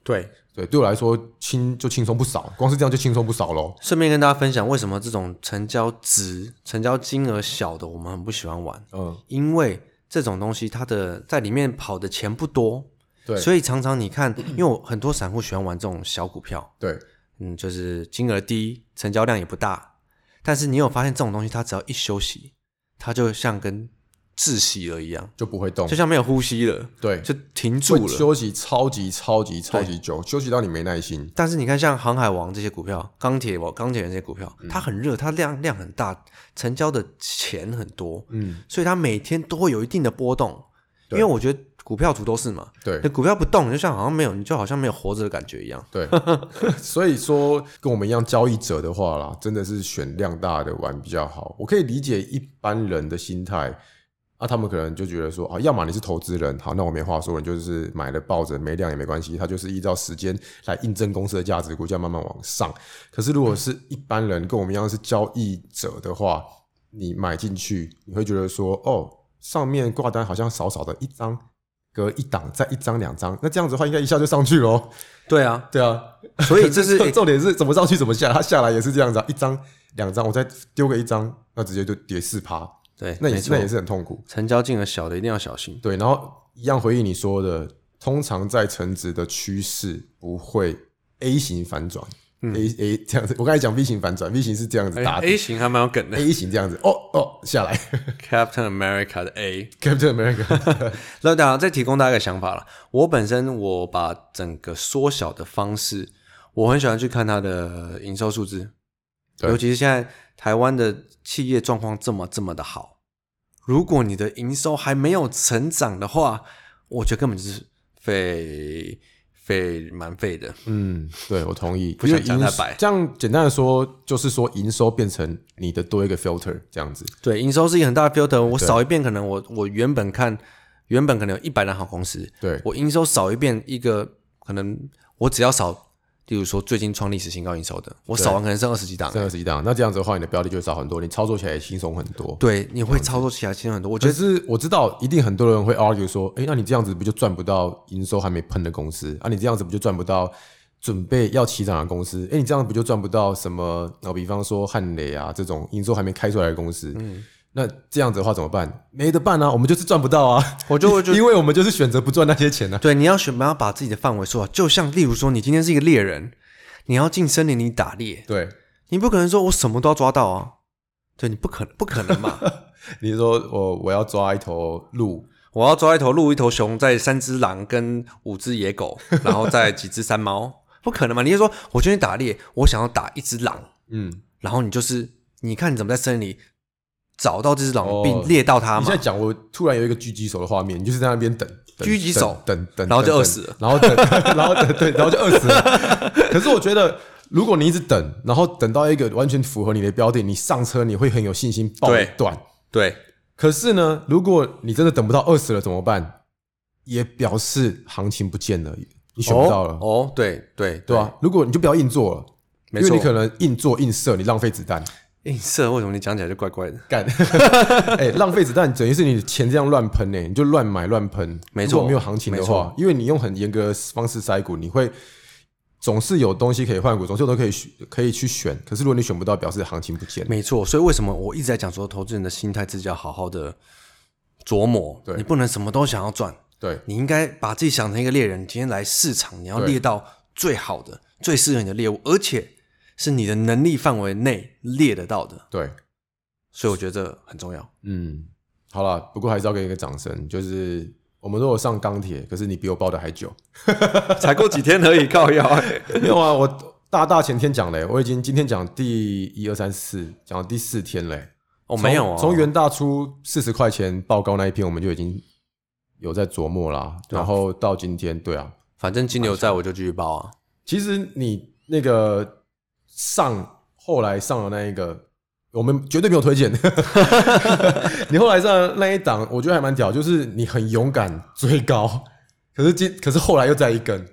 [SPEAKER 1] 对。
[SPEAKER 2] 对，对我来说轻就轻松不少，光是这样就轻松不少喽。
[SPEAKER 1] 顺便跟大家分享，为什么这种成交值、成交金额小的，我们很不喜欢玩。
[SPEAKER 2] 嗯，
[SPEAKER 1] 因为这种东西它的在里面跑的钱不多，
[SPEAKER 2] 对，
[SPEAKER 1] 所以常常你看，因为我很多散户喜欢玩这种小股票，
[SPEAKER 2] 对
[SPEAKER 1] 嗯，就是金额低，成交量也不大，但是你有发现这种东西，它只要一休息，它就像跟窒息了一样，
[SPEAKER 2] 就不会动
[SPEAKER 1] 就。像没有呼吸了，
[SPEAKER 2] 对，
[SPEAKER 1] 就停住
[SPEAKER 2] 会
[SPEAKER 1] 了。
[SPEAKER 2] 休息超级超级超级久，休息到你没耐心。
[SPEAKER 1] 但是你看，像航海王这些股票、钢铁王、钢铁人这些股票，
[SPEAKER 2] 嗯
[SPEAKER 1] 它很热，它量量很大，成交的钱很多，
[SPEAKER 2] 嗯，
[SPEAKER 1] 所以它每天都会有一定的波动。因
[SPEAKER 2] 对
[SPEAKER 1] 为我觉得股票族都是嘛，
[SPEAKER 2] 对
[SPEAKER 1] 那股票不动，你就像好像没有，你就好像没有活着的感觉一样。
[SPEAKER 2] 对， 所以说跟我们一样交易者的话啦，真的是选量大的玩比较好。我可以理解一般人的心态。啊，他们可能就觉得说啊，要么你是投资人，好，那我没话说，你就是买了抱着没量也没关系，它就是依照时间来印证公司的价值，股价慢慢往上。可是如果是一般人跟我们一样是交易者的话，你买进去，你会觉得说哦，上面挂单好像少少的一张，隔一档再一张两张，那这样子的话应该一下就上去喽。
[SPEAKER 1] 对啊，
[SPEAKER 2] 对啊，
[SPEAKER 1] 所以 这是
[SPEAKER 2] 重重点是怎么上去怎么下，它下来也是这样子啊，一张两张，我再丢个一张，那直接就跌四趴，
[SPEAKER 1] 对，
[SPEAKER 2] 那
[SPEAKER 1] 没
[SPEAKER 2] 也是
[SPEAKER 1] 错
[SPEAKER 2] 那也是很痛苦。
[SPEAKER 1] 成交金额小的一定要小心。
[SPEAKER 2] 对，然后一样回应你说的，通常在成值的趋势不会 A 型反转、a
[SPEAKER 1] 嗯
[SPEAKER 2] A 这样子，我刚才讲 V 型反转，V 型是这样子打底、
[SPEAKER 1] 哎型还蛮有梗的
[SPEAKER 2] A 型这样子，哦哦下来
[SPEAKER 1] ，Captain America 的 A。
[SPEAKER 2] ，Captain America，
[SPEAKER 1] 那当然，再提供大家一个想法了。我本身我把整个缩小的方式，我很喜欢去看它的营收数字，
[SPEAKER 2] 对
[SPEAKER 1] 尤其是现在台湾的企业状况这么这么的好，如果你的营收还没有成长的话，我觉得根本就是废废蛮废的。
[SPEAKER 2] 嗯，对我同意，
[SPEAKER 1] 不想
[SPEAKER 2] 因为
[SPEAKER 1] 讲太
[SPEAKER 2] 营收
[SPEAKER 1] 白
[SPEAKER 2] 这样简单的说，就是说营收变成你的多一个 filter 这样子，
[SPEAKER 1] 对，营收是一个很大的 filter。我少一遍，可能我我原本看原本可能有一百家好公司，
[SPEAKER 2] 对
[SPEAKER 1] 我营收少一遍一个，可能我只要少，例如说最近创历史新高营收的，我少完可能剩二十几档。
[SPEAKER 2] 三二十一档，那这样子的话，你的标的就会少很多，你操作起来也轻松很多。
[SPEAKER 1] 对，你会操作起来轻松很多。我觉
[SPEAKER 2] 可
[SPEAKER 1] 得
[SPEAKER 2] 是我知道，一定很多人会 argue 说，哎、那你这样子不就赚不到营收还没喷的公司啊？你这样子不就赚不到准备要起涨的公司？哎、你这样不就赚不到什么？呃，比方说汉磊啊这种营收还没开出来的公司，嗯，那这样子的话怎么办？没得办啊，我们就是赚不到啊，
[SPEAKER 1] 我就我就
[SPEAKER 2] 因为我们就是选择不赚那些钱呢、啊
[SPEAKER 1] 对，你要选，你要把自己的范围缩小。就像例如说，你今天是一个猎人，你要进森林里打猎，
[SPEAKER 2] 对，
[SPEAKER 1] 你不可能说我什么都要抓到啊。对你不可能，不可能嘛！
[SPEAKER 2] 你是说我我要抓一头鹿，
[SPEAKER 1] 我要抓一头鹿、一头熊，再三只狼跟五只野 狗，然后再几只山猫，不可能嘛？你就说我今天打猎，我想要打一只狼，
[SPEAKER 2] 嗯，
[SPEAKER 1] 然后你就是你看你怎么在森林里找到这只
[SPEAKER 2] 哦
[SPEAKER 1] 狼并猎到它
[SPEAKER 2] 你
[SPEAKER 1] 嘛
[SPEAKER 2] 现在？讲，我突然有一个狙击手的画面，你就是在那边等等
[SPEAKER 1] 狙击手
[SPEAKER 2] 等等，等
[SPEAKER 1] 然后就
[SPEAKER 2] 等
[SPEAKER 1] 饿死了
[SPEAKER 2] 然后等， 然后等，对，然后就饿死了。 可是我觉得，如果你一直等，然后等到一个完全符合你的标的，你上车你会很有信心爆一
[SPEAKER 1] 对
[SPEAKER 2] 段。
[SPEAKER 1] 对
[SPEAKER 2] 可是呢，如果你真的等不到饿死了怎么办？也表示行情不见了，你选不到了，
[SPEAKER 1] 哦，哦对对
[SPEAKER 2] 对啊吧、？如果你就不要硬做了，
[SPEAKER 1] 没
[SPEAKER 2] 因为
[SPEAKER 1] 错
[SPEAKER 2] 你可能硬做硬射，你浪费子弹。
[SPEAKER 1] 映射为什么你讲起来就怪怪的？
[SPEAKER 2] 干， 哎、浪费子弹等于是你钱这样乱喷呢，你就乱买乱喷，
[SPEAKER 1] 没错
[SPEAKER 2] 如果没有行情的
[SPEAKER 1] 没
[SPEAKER 2] 话
[SPEAKER 1] 错，
[SPEAKER 2] 因为你用很严格的方式筛股，你会总是有东西可以换股，总是有都可以选可以去选。可是如果你选不到，表示行情不见。
[SPEAKER 1] 没错，所以为什么我一直在讲说，投资人的心态自己要好好的琢磨，
[SPEAKER 2] 对
[SPEAKER 1] 你不能什么都想要赚，
[SPEAKER 2] 对
[SPEAKER 1] 你应该把自己想成一个猎人，你今天来市场，你要
[SPEAKER 2] 对
[SPEAKER 1] 猎到最好的、最适合你的猎物，而且是你的能力范围内猎得到的。
[SPEAKER 2] 对，
[SPEAKER 1] 所以我觉得这很重 要。
[SPEAKER 2] 嗯，好了，不过还是要给你一个掌声，就是我们都有上钢铁，可是你比我报的 还久。
[SPEAKER 1] 才过几天而已，靠腰、
[SPEAKER 2] 没有啊，我大大前天讲嘞，我已经今天讲第一二三四，讲到第四天嘞。
[SPEAKER 1] 哦，没有
[SPEAKER 2] 从
[SPEAKER 1] 哦，
[SPEAKER 2] 从元大出四十块钱报告那一篇，我们就已经有在琢磨啦、
[SPEAKER 1] 对啊
[SPEAKER 2] 然后到今天，对啊，
[SPEAKER 1] 反正金牛在我就继续包啊。
[SPEAKER 2] 其实你那个上后来上的那一个，我们绝对没 有推荐。 你后来上的那一档，我觉得还蛮屌，就是你很勇敢追高，可是今可是后来又再一根，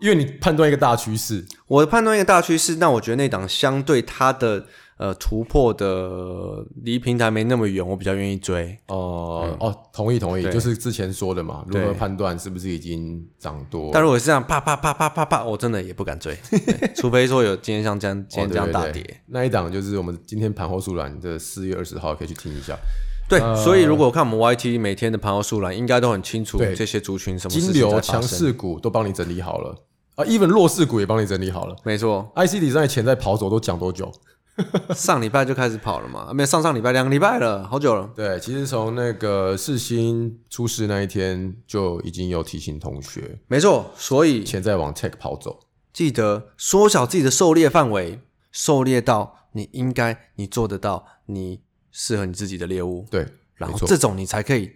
[SPEAKER 2] 因为你判断一个大趋势，
[SPEAKER 1] 我判断一个大趋势，那我觉得那档相对它的呃突破的离平台没那么远，我比较愿意追。
[SPEAKER 2] 哦、哦，同意同意，
[SPEAKER 1] 对
[SPEAKER 2] 就是之前说的嘛，如何
[SPEAKER 1] 对
[SPEAKER 2] 判断是不是已经涨多？
[SPEAKER 1] 但如果是这样啪啪啪啪啪啪，我真的也不敢追， 对除非说有今天像这样今
[SPEAKER 2] 哦
[SPEAKER 1] 天这样
[SPEAKER 2] 对
[SPEAKER 1] 大
[SPEAKER 2] 对
[SPEAKER 1] 跌。
[SPEAKER 2] 对那一档就是我们今天盘后速览的四月二十号，可以去听一下。
[SPEAKER 1] 对，
[SPEAKER 2] 呃
[SPEAKER 1] 所以如果看我们 YT 每天的盘后数栏，应该都很清楚
[SPEAKER 2] 对
[SPEAKER 1] 这些族群什么事
[SPEAKER 2] 金
[SPEAKER 1] 情在
[SPEAKER 2] 流
[SPEAKER 1] 发
[SPEAKER 2] 强
[SPEAKER 1] 生。
[SPEAKER 2] 势股都帮你整理好了啊，even 弱势股也帮你整理好了。
[SPEAKER 1] 没错，
[SPEAKER 2] IC 底上的钱在跑走都讲多久？
[SPEAKER 1] 上礼拜就开始跑了嘛，啊没有上上礼拜两个礼拜了，好久了。
[SPEAKER 2] 对，其实从那个世新出事那一天就已经有提醒同学，
[SPEAKER 1] 没错，所以
[SPEAKER 2] 现在往 Tech 跑走。
[SPEAKER 1] 记得缩小自己的狩猎范围，狩猎到你应该你做得到，你适合你自己的猎物，
[SPEAKER 2] 对，
[SPEAKER 1] 然
[SPEAKER 2] 没
[SPEAKER 1] 后
[SPEAKER 2] 错
[SPEAKER 1] 这种你才可以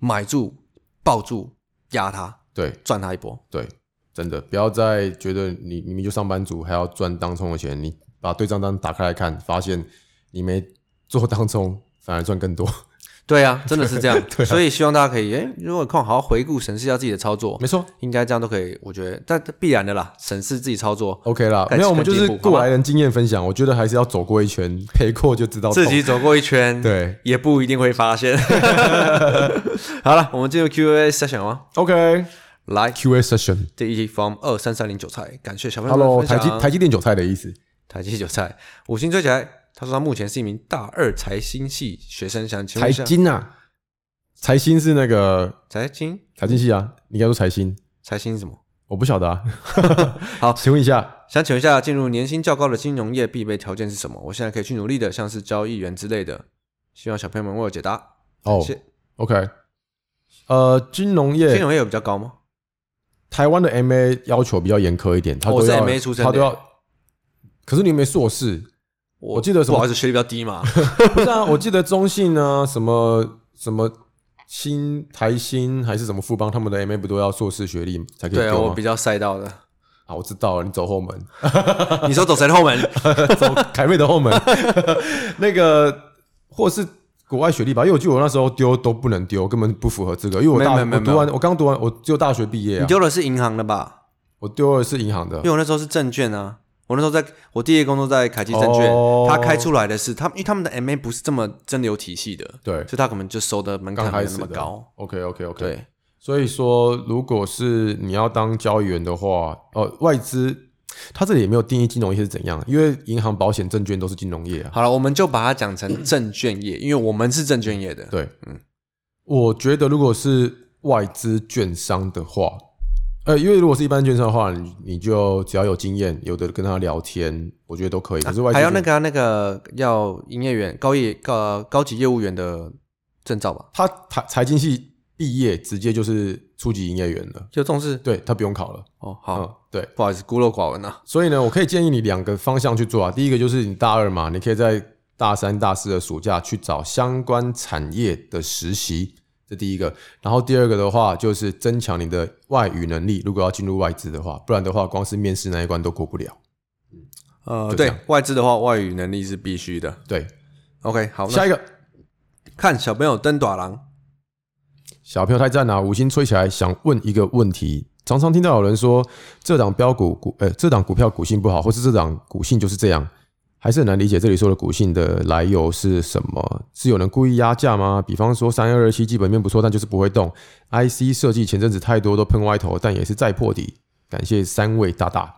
[SPEAKER 1] 买住、抱住、压它，
[SPEAKER 2] 对
[SPEAKER 1] 赚它一波。
[SPEAKER 2] 对，真的不要再觉得你明明就上班族，还要赚当冲的钱。你把对账单打开来看，发现你没做当冲，反而赚更多。
[SPEAKER 1] 对啊，真的是这样。所以希望大家可以，哎，如果有空好好回顾审视一下自己的操作
[SPEAKER 2] 没，错
[SPEAKER 1] 应该这样都可以。我觉得，但必然的啦，审视自己操作，
[SPEAKER 2] ，OK 啦，
[SPEAKER 1] 该
[SPEAKER 2] 没有，我们
[SPEAKER 1] 该
[SPEAKER 2] 就
[SPEAKER 1] 进
[SPEAKER 2] 是
[SPEAKER 1] 步
[SPEAKER 2] 过来人经验分享。我觉得还是要走过一圈，赔过就知道
[SPEAKER 1] 自
[SPEAKER 2] 痛
[SPEAKER 1] 己走过一圈，
[SPEAKER 2] 哦对
[SPEAKER 1] 也不一定会发 现。好了，我们进入 Q&A session 哦吗？
[SPEAKER 2] OK
[SPEAKER 1] 来，
[SPEAKER 2] QA session。
[SPEAKER 1] 第一题 from 二三三零韭菜，感谢小朋友们
[SPEAKER 2] Hello，
[SPEAKER 1] 分享
[SPEAKER 2] 台积台积电韭菜的意思。
[SPEAKER 1] 台积韭菜，五星追起来。他说他目前是一名大二财经系学生，想请问
[SPEAKER 2] 财
[SPEAKER 1] 一下，
[SPEAKER 2] 经啊，财新是那个
[SPEAKER 1] 财经
[SPEAKER 2] 财经系啊，你应该说财新，
[SPEAKER 1] 财经是什么？
[SPEAKER 2] 我不晓得 啊。
[SPEAKER 1] 好
[SPEAKER 2] 请问一下，
[SPEAKER 1] 想请问一下，进入年薪较高的金融业必备条件是什么？我现在可以去努力的，像是交易员之类的。希望小朋友们为我解答。
[SPEAKER 2] 哦
[SPEAKER 1] 谢
[SPEAKER 2] ，OK，呃，金融业
[SPEAKER 1] 金融业有比较高吗？
[SPEAKER 2] 台湾的 MA 要求比较严苛一点，他
[SPEAKER 1] 我
[SPEAKER 2] 都
[SPEAKER 1] 是
[SPEAKER 2] 要、
[SPEAKER 1] MA 出身
[SPEAKER 2] 他
[SPEAKER 1] 的
[SPEAKER 2] 都要。可是你没硕士，
[SPEAKER 1] 我
[SPEAKER 2] 我记得什
[SPEAKER 1] 不
[SPEAKER 2] 么
[SPEAKER 1] 好意思，学历比较低 嘛。
[SPEAKER 2] 不是啊？我记得中信啊，什么什么新台新还是什么富邦，他们的 MA 不都要硕士学历才可以
[SPEAKER 1] 对啊，
[SPEAKER 2] 丢
[SPEAKER 1] 我
[SPEAKER 2] 吗
[SPEAKER 1] 比？较赛道的。
[SPEAKER 2] 啊，我知道了，你走后门，
[SPEAKER 1] 你说走谁的后门？
[SPEAKER 2] 啊走凯瑞的后门， 那个或是国外学历吧，因为我记得我那时候丢都不能丢，根本不符合资格，因为我大
[SPEAKER 1] 没有没有
[SPEAKER 2] 我
[SPEAKER 1] 没有
[SPEAKER 2] 读完我刚读完，我只有大学毕业
[SPEAKER 1] 你
[SPEAKER 2] 啊，
[SPEAKER 1] 丢的是银行的吧？
[SPEAKER 2] 我丢的是银行的
[SPEAKER 1] 因为，我那时候是证券啊，我那时候在我第一个工作在凯基证券，
[SPEAKER 2] 哦
[SPEAKER 1] 他开出来的是他们，因为他们的 MA 不是这么蒸馏体系的，
[SPEAKER 2] 对
[SPEAKER 1] 所以他可能就收的门
[SPEAKER 2] 刚
[SPEAKER 1] 槛没
[SPEAKER 2] 开
[SPEAKER 1] 有
[SPEAKER 2] 始
[SPEAKER 1] 那么
[SPEAKER 2] 的
[SPEAKER 1] 高。
[SPEAKER 2] OK OK OK，
[SPEAKER 1] 对，
[SPEAKER 2] 所以说，如果是你要当交易员的话，呃，外资它这里也没有定义金融业是怎样，啊因为银行、保险、证券都是金融业啊。
[SPEAKER 1] 好了，我们就把它讲成证券业，因为我们是证券业的。
[SPEAKER 2] 对，嗯，我觉得如果是外资券商的话，呃，因为如果是一般券商的话，你你就只要有经验，有的跟他聊天，我觉得都可以。可是外资
[SPEAKER 1] 还
[SPEAKER 2] 券
[SPEAKER 1] 要那个啊、那个要营业员、高业高高级业务员的证照吧？
[SPEAKER 2] 他财财经系毕业，直接就是初级营业员了，
[SPEAKER 1] 有这种事？
[SPEAKER 2] 对他不用考了。
[SPEAKER 1] 哦，好，
[SPEAKER 2] 嗯，对。
[SPEAKER 1] 不好意思，孤陋寡闻啊。
[SPEAKER 2] 所以呢，我可以建议你两个方向去做啊。第一个就是你大二嘛，你可以在大三、大四的暑假去找相关产业的实习，这第一个。然后第二个的话，就是增强你的外语能力。如果要进入外资的话，不然的话，光是面试那一关都过不了。
[SPEAKER 1] 呃，
[SPEAKER 2] 就这
[SPEAKER 1] 对
[SPEAKER 2] 样
[SPEAKER 1] 外资的话，外语能力是必须的。
[SPEAKER 2] 对，
[SPEAKER 1] OK，好，那
[SPEAKER 2] 下一个
[SPEAKER 1] 看小朋友登短廊，
[SPEAKER 2] 小朋友太赞了、五星吹起来，想问一个问题。常常听到有人说，这档标股股，呃，这档股票股性不好，或是这档股性就是这样，还是很难理解这里说的股性的来由是什么？是有人故意压价吗？比方说三二七基本面不错，但就是不会动。IC 设计前阵子太多都喷歪头，但也是再破底。感谢三位大大，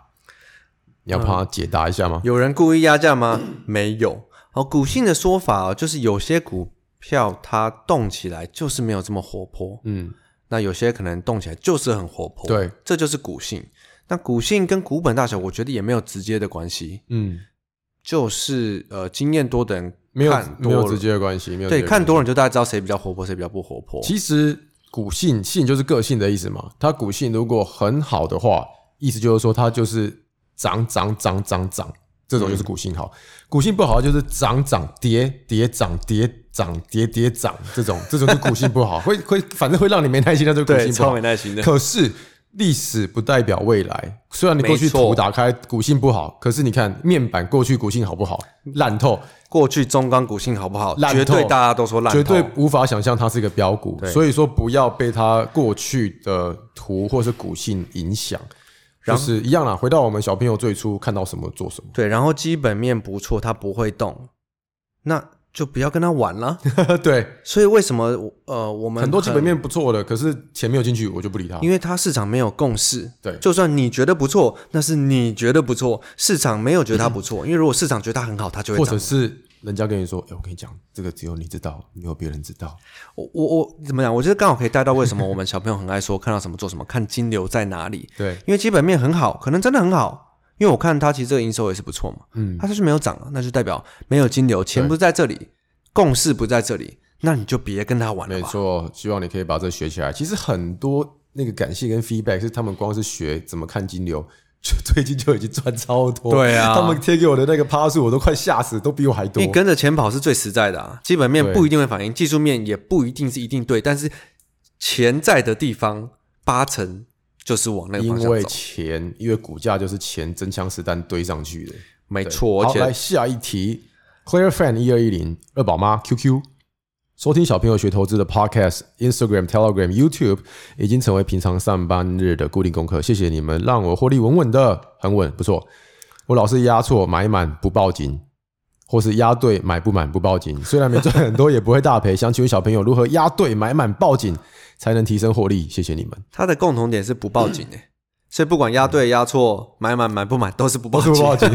[SPEAKER 2] 你要帮他解答一下吗？
[SPEAKER 1] 有人故意压价 吗？没有。好，股性的说法哦，就是有些股票它动起来就是没有这么活泼，
[SPEAKER 2] 嗯，
[SPEAKER 1] 那有些可能动起来就是很活泼，，
[SPEAKER 2] 对，
[SPEAKER 1] 这就是股性。那股性跟股本大小，我觉得也没有直接的关系。
[SPEAKER 2] 嗯，
[SPEAKER 1] 就是呃，经验多的人
[SPEAKER 2] 没有
[SPEAKER 1] 看
[SPEAKER 2] 没
[SPEAKER 1] 多
[SPEAKER 2] 有
[SPEAKER 1] 了
[SPEAKER 2] 直接的关系，没有直
[SPEAKER 1] 对
[SPEAKER 2] 接的
[SPEAKER 1] 看
[SPEAKER 2] 关系
[SPEAKER 1] 多了你就大概知道谁比较活泼，谁比较不活泼。
[SPEAKER 2] 其实股性性就是个性的意思嘛，它股性如果很好的话，意思就是说它就是涨涨涨涨涨，这种就是股性好；股性不好就是涨涨跌跌涨跌涨跌跌涨，这种这种是股性不好，会会反正会让你没耐心，那就是股
[SPEAKER 1] 对，
[SPEAKER 2] 性不
[SPEAKER 1] 超
[SPEAKER 2] 好
[SPEAKER 1] 没。耐心的。
[SPEAKER 2] 可是历史不代表未来，虽然你过去
[SPEAKER 1] 没错
[SPEAKER 2] 图打开股性不好，可是你看面板过去股性好不好？烂透，
[SPEAKER 1] 过去中钢股性好不好？
[SPEAKER 2] 烂透
[SPEAKER 1] 绝对大家都说烂透，
[SPEAKER 2] 绝对无法想象它是一个标股，
[SPEAKER 1] 对
[SPEAKER 2] 所以说不要被它过去的图或是股性影响，就是一样啦。回到我们小朋友最初看到什么做 什么，
[SPEAKER 1] 对。然后基本面不错，它不会动，那就不要跟他玩 了。
[SPEAKER 2] 对，
[SPEAKER 1] 所以为什么我呃我们
[SPEAKER 2] 很多基本，面不错的，可是钱没有进去，我就不理它
[SPEAKER 1] 因。为它市场没有共识。
[SPEAKER 2] 对
[SPEAKER 1] 就算你觉得不错，那是你觉得不错，市场没有觉得它不错。因为如果市场觉得它很好，它就会
[SPEAKER 2] 或
[SPEAKER 1] 涨
[SPEAKER 2] 者。是人家跟你说，哎、我跟你讲，这个只有你知道，没有别人知道。
[SPEAKER 1] 我我我怎么讲？我觉得刚好可以带到为什么我们小朋友很爱说看到什么做什么，看金流在哪里。
[SPEAKER 2] 对
[SPEAKER 1] 因为基本面很好，可能真的很好，因为我看它其实这个营收也是不错嘛，
[SPEAKER 2] 嗯，
[SPEAKER 1] 它就是没有涨啊，那就代表没有金流，钱
[SPEAKER 2] 对
[SPEAKER 1] 不在这里，共识不在这里，那你就别跟他玩了
[SPEAKER 2] 没
[SPEAKER 1] 吧。
[SPEAKER 2] 错，希望你可以把这学起来。其实很多那个感谢跟 feedback 是他们光是学怎么看金流，就最近就已经赚超多。
[SPEAKER 1] 对啊
[SPEAKER 2] 他们贴给我的那个趴数我都快吓死，都比我还多
[SPEAKER 1] 你。跟着钱跑是最实在的啊，基本面
[SPEAKER 2] 对
[SPEAKER 1] 不一定会反映，技术面也不一定是一定对，但是钱在的地方八成就是往那个
[SPEAKER 2] 因
[SPEAKER 1] 方向
[SPEAKER 2] 为
[SPEAKER 1] 走，
[SPEAKER 2] 钱，因为股价就是钱真枪实弹堆上去的。
[SPEAKER 1] 没
[SPEAKER 2] 对
[SPEAKER 1] 错。而
[SPEAKER 2] 好，来
[SPEAKER 1] 且
[SPEAKER 2] 下一题，Claire Fan 一二一零二宝妈 QQ。收听小朋友学投资的 Podcast、Instagram、Telegram、YouTube 已经成为平常上班日的固定功课。谢谢你们，让我获利稳稳的，很稳，不错。我老是压错买满不报警，或是压对买不满不报警，虽然没赚很多，也不会大赔。想请问小朋友如何压对买满报警才能提升获利？谢谢你们。
[SPEAKER 1] 它的共同点是不报 警诶、所以不管押对押错，买买买不买都是不报
[SPEAKER 2] 嗯不
[SPEAKER 1] 警。
[SPEAKER 2] 报警，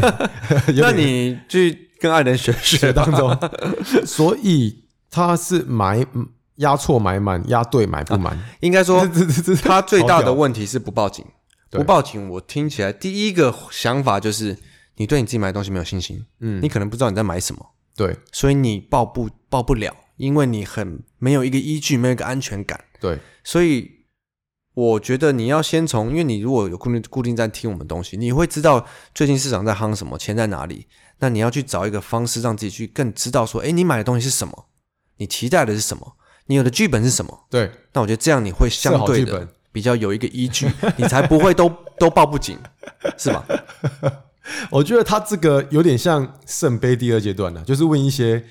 [SPEAKER 2] 有
[SPEAKER 1] 那
[SPEAKER 2] 点
[SPEAKER 1] 你去跟爱人学学
[SPEAKER 2] 学
[SPEAKER 1] 吧
[SPEAKER 2] 当中， 所以他是买嗯压错买满，压对买不满，
[SPEAKER 1] 应该说
[SPEAKER 2] 这这这
[SPEAKER 1] 他最大
[SPEAKER 2] 好屌
[SPEAKER 1] 的问题是不报警。
[SPEAKER 2] 对
[SPEAKER 1] 不报警，我听起来第一个想法就是你对你自己买的东西没有信心，
[SPEAKER 2] 嗯
[SPEAKER 1] 你可能不知道你在买什么。
[SPEAKER 2] 对
[SPEAKER 1] 所以你报不报不了，因为你很没有一个依据，没有一个安全感。
[SPEAKER 2] 对
[SPEAKER 1] 所以我觉得你要先从，因为你如果有固定固定在听我们东西，你会知道最近市场在夯什么，钱在哪里。那你要去找一个方式，让自己去更知道说，哎，你买的东西是什么，你期待的是什么，你有的剧本是什么。
[SPEAKER 2] 对，
[SPEAKER 1] 那我觉得这样你会相对
[SPEAKER 2] 设好剧本
[SPEAKER 1] 的比较有一个依据， 你才不会都 都报不警，是吧？
[SPEAKER 2] 我觉得他这个有点像圣杯第二阶段呢、啊就是问一些，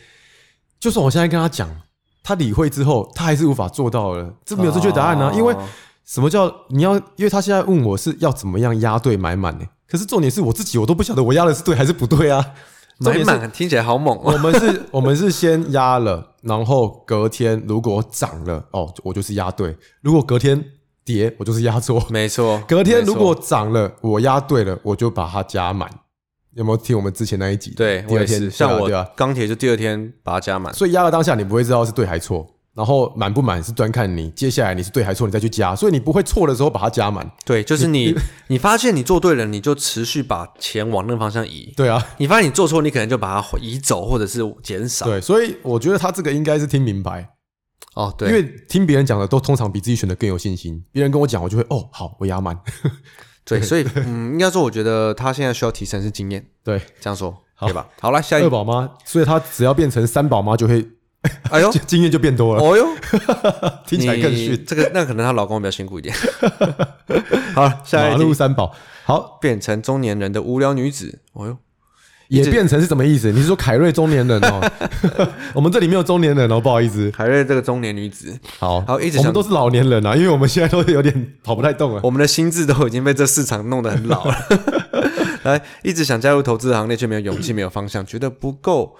[SPEAKER 2] 就算我现在跟他讲，他理会之后，他还是无法做到了，这没有正确答案呢、啊
[SPEAKER 1] 哦
[SPEAKER 2] 因为什么叫你要？因为他现在问我是要怎么样压对买满呢、可是重点是我自己，我都不晓得我压的是对还是不对啊。 重
[SPEAKER 1] 买
[SPEAKER 2] 点是
[SPEAKER 1] 满听起来好猛哦。
[SPEAKER 2] 我们是，我们是先压了，然后隔天如果涨了，哦，我就是压对；如果隔天跌，我就是压错。
[SPEAKER 1] 没错，
[SPEAKER 2] 隔天
[SPEAKER 1] 没错
[SPEAKER 2] 如果涨了，我压对了，我就把它加满。有没有听我们之前那一集？
[SPEAKER 1] 对，
[SPEAKER 2] 第
[SPEAKER 1] 我
[SPEAKER 2] 二
[SPEAKER 1] 也
[SPEAKER 2] 天
[SPEAKER 1] 是，像
[SPEAKER 2] 对啊
[SPEAKER 1] 我
[SPEAKER 2] 对啊。
[SPEAKER 1] 钢铁就第二天把它加满，
[SPEAKER 2] 所以压了当下，你不会知道是对还错，然后满不满是端看你，接下来你是对还错，你再去加，所以你不会错的时候把它加满。
[SPEAKER 1] 对，就是你你发现你做对了，你就持续把钱往那个方向移；
[SPEAKER 2] 对啊，
[SPEAKER 1] 你发现你做错，你可能就把它移走或者是减少。
[SPEAKER 2] 对，所以我觉得他这个应该是听明白，
[SPEAKER 1] 哦，
[SPEAKER 2] 因
[SPEAKER 1] 对，
[SPEAKER 2] 为听别人讲的都通常比自己选的更有信心。别人跟我讲，我就会哦，好，我压满。
[SPEAKER 1] 对，所以嗯，应该说，我觉得他现在需要提升是经验，
[SPEAKER 2] 对，
[SPEAKER 1] 这样说
[SPEAKER 2] 好
[SPEAKER 1] 对吧？好了，下一
[SPEAKER 2] 二，宝妈，所以她只要变成三宝妈，就会，
[SPEAKER 1] 哎呦
[SPEAKER 2] 经验就变多了，
[SPEAKER 1] 哦呦，
[SPEAKER 2] 听起来更
[SPEAKER 1] 你
[SPEAKER 2] 逊。
[SPEAKER 1] 这个那可能她老公比较辛苦一点。好了，下
[SPEAKER 2] 马
[SPEAKER 1] 一
[SPEAKER 2] 路
[SPEAKER 1] 题
[SPEAKER 2] 三宝，好，
[SPEAKER 1] 变成中年人的无聊女子，哦呦，
[SPEAKER 2] 也
[SPEAKER 1] 直
[SPEAKER 2] 变成是什么意思？你是说凯瑞中年人哦？ 我们这里没有中年人哦，不好意思。
[SPEAKER 1] 凯瑞这个中年女子，
[SPEAKER 2] 好，
[SPEAKER 1] 好一直
[SPEAKER 2] 我们
[SPEAKER 1] 想哦
[SPEAKER 2] 都是老年人啊，因为我们现在都有点跑不太动了。
[SPEAKER 1] 我们的心智都已经被这市场弄得很老了。 来，一直想加入投资行列，却没有勇气，没有方向，觉得不够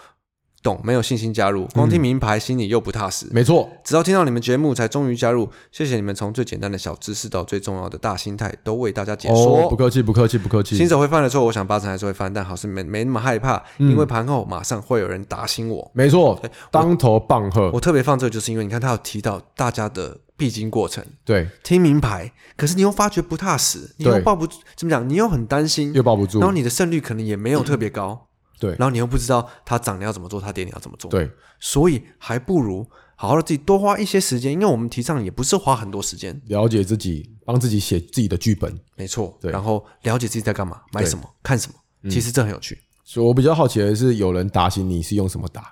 [SPEAKER 1] 懂，没有信心加入。
[SPEAKER 2] 嗯
[SPEAKER 1] 光听名牌，心里又不踏实。
[SPEAKER 2] 没错，
[SPEAKER 1] 直到听到你们节目，才终于加入。谢谢你们从最简单的小知识到最重要的大心态，都为大家解说。
[SPEAKER 2] 哦，不客气，不客气，不客
[SPEAKER 1] 新
[SPEAKER 2] 气。
[SPEAKER 1] 手会犯的错，我想八成还是会犯，但好是没没那么害怕，
[SPEAKER 2] 嗯
[SPEAKER 1] 因为盘后马上会有人打醒我。
[SPEAKER 2] 没错，当头棒喝，
[SPEAKER 1] 我特别放这个，就是因为你看他有提到大家的必经过程，
[SPEAKER 2] 对，
[SPEAKER 1] 听名牌，可是你又发觉不踏实，你又
[SPEAKER 2] 对
[SPEAKER 1] 抱不怎么讲，你又很担心，
[SPEAKER 2] 又抱不住
[SPEAKER 1] 然，后你的胜率可能也没有特别高，
[SPEAKER 2] 对
[SPEAKER 1] 然后你又不知道它涨你要怎么做，它跌你要怎么做，，
[SPEAKER 2] 对，
[SPEAKER 1] 所以还不如好好的自己多花一些时间，因为我们提倡也不是花很多时间，
[SPEAKER 2] 了解自己，帮自己写自己的剧本。
[SPEAKER 1] 没错，
[SPEAKER 2] 对嗯
[SPEAKER 1] 然后了解自己在干嘛，买什么，看什么，其实这很有趣。
[SPEAKER 2] 所以我比较好奇的是，有人打醒你是用什么 打？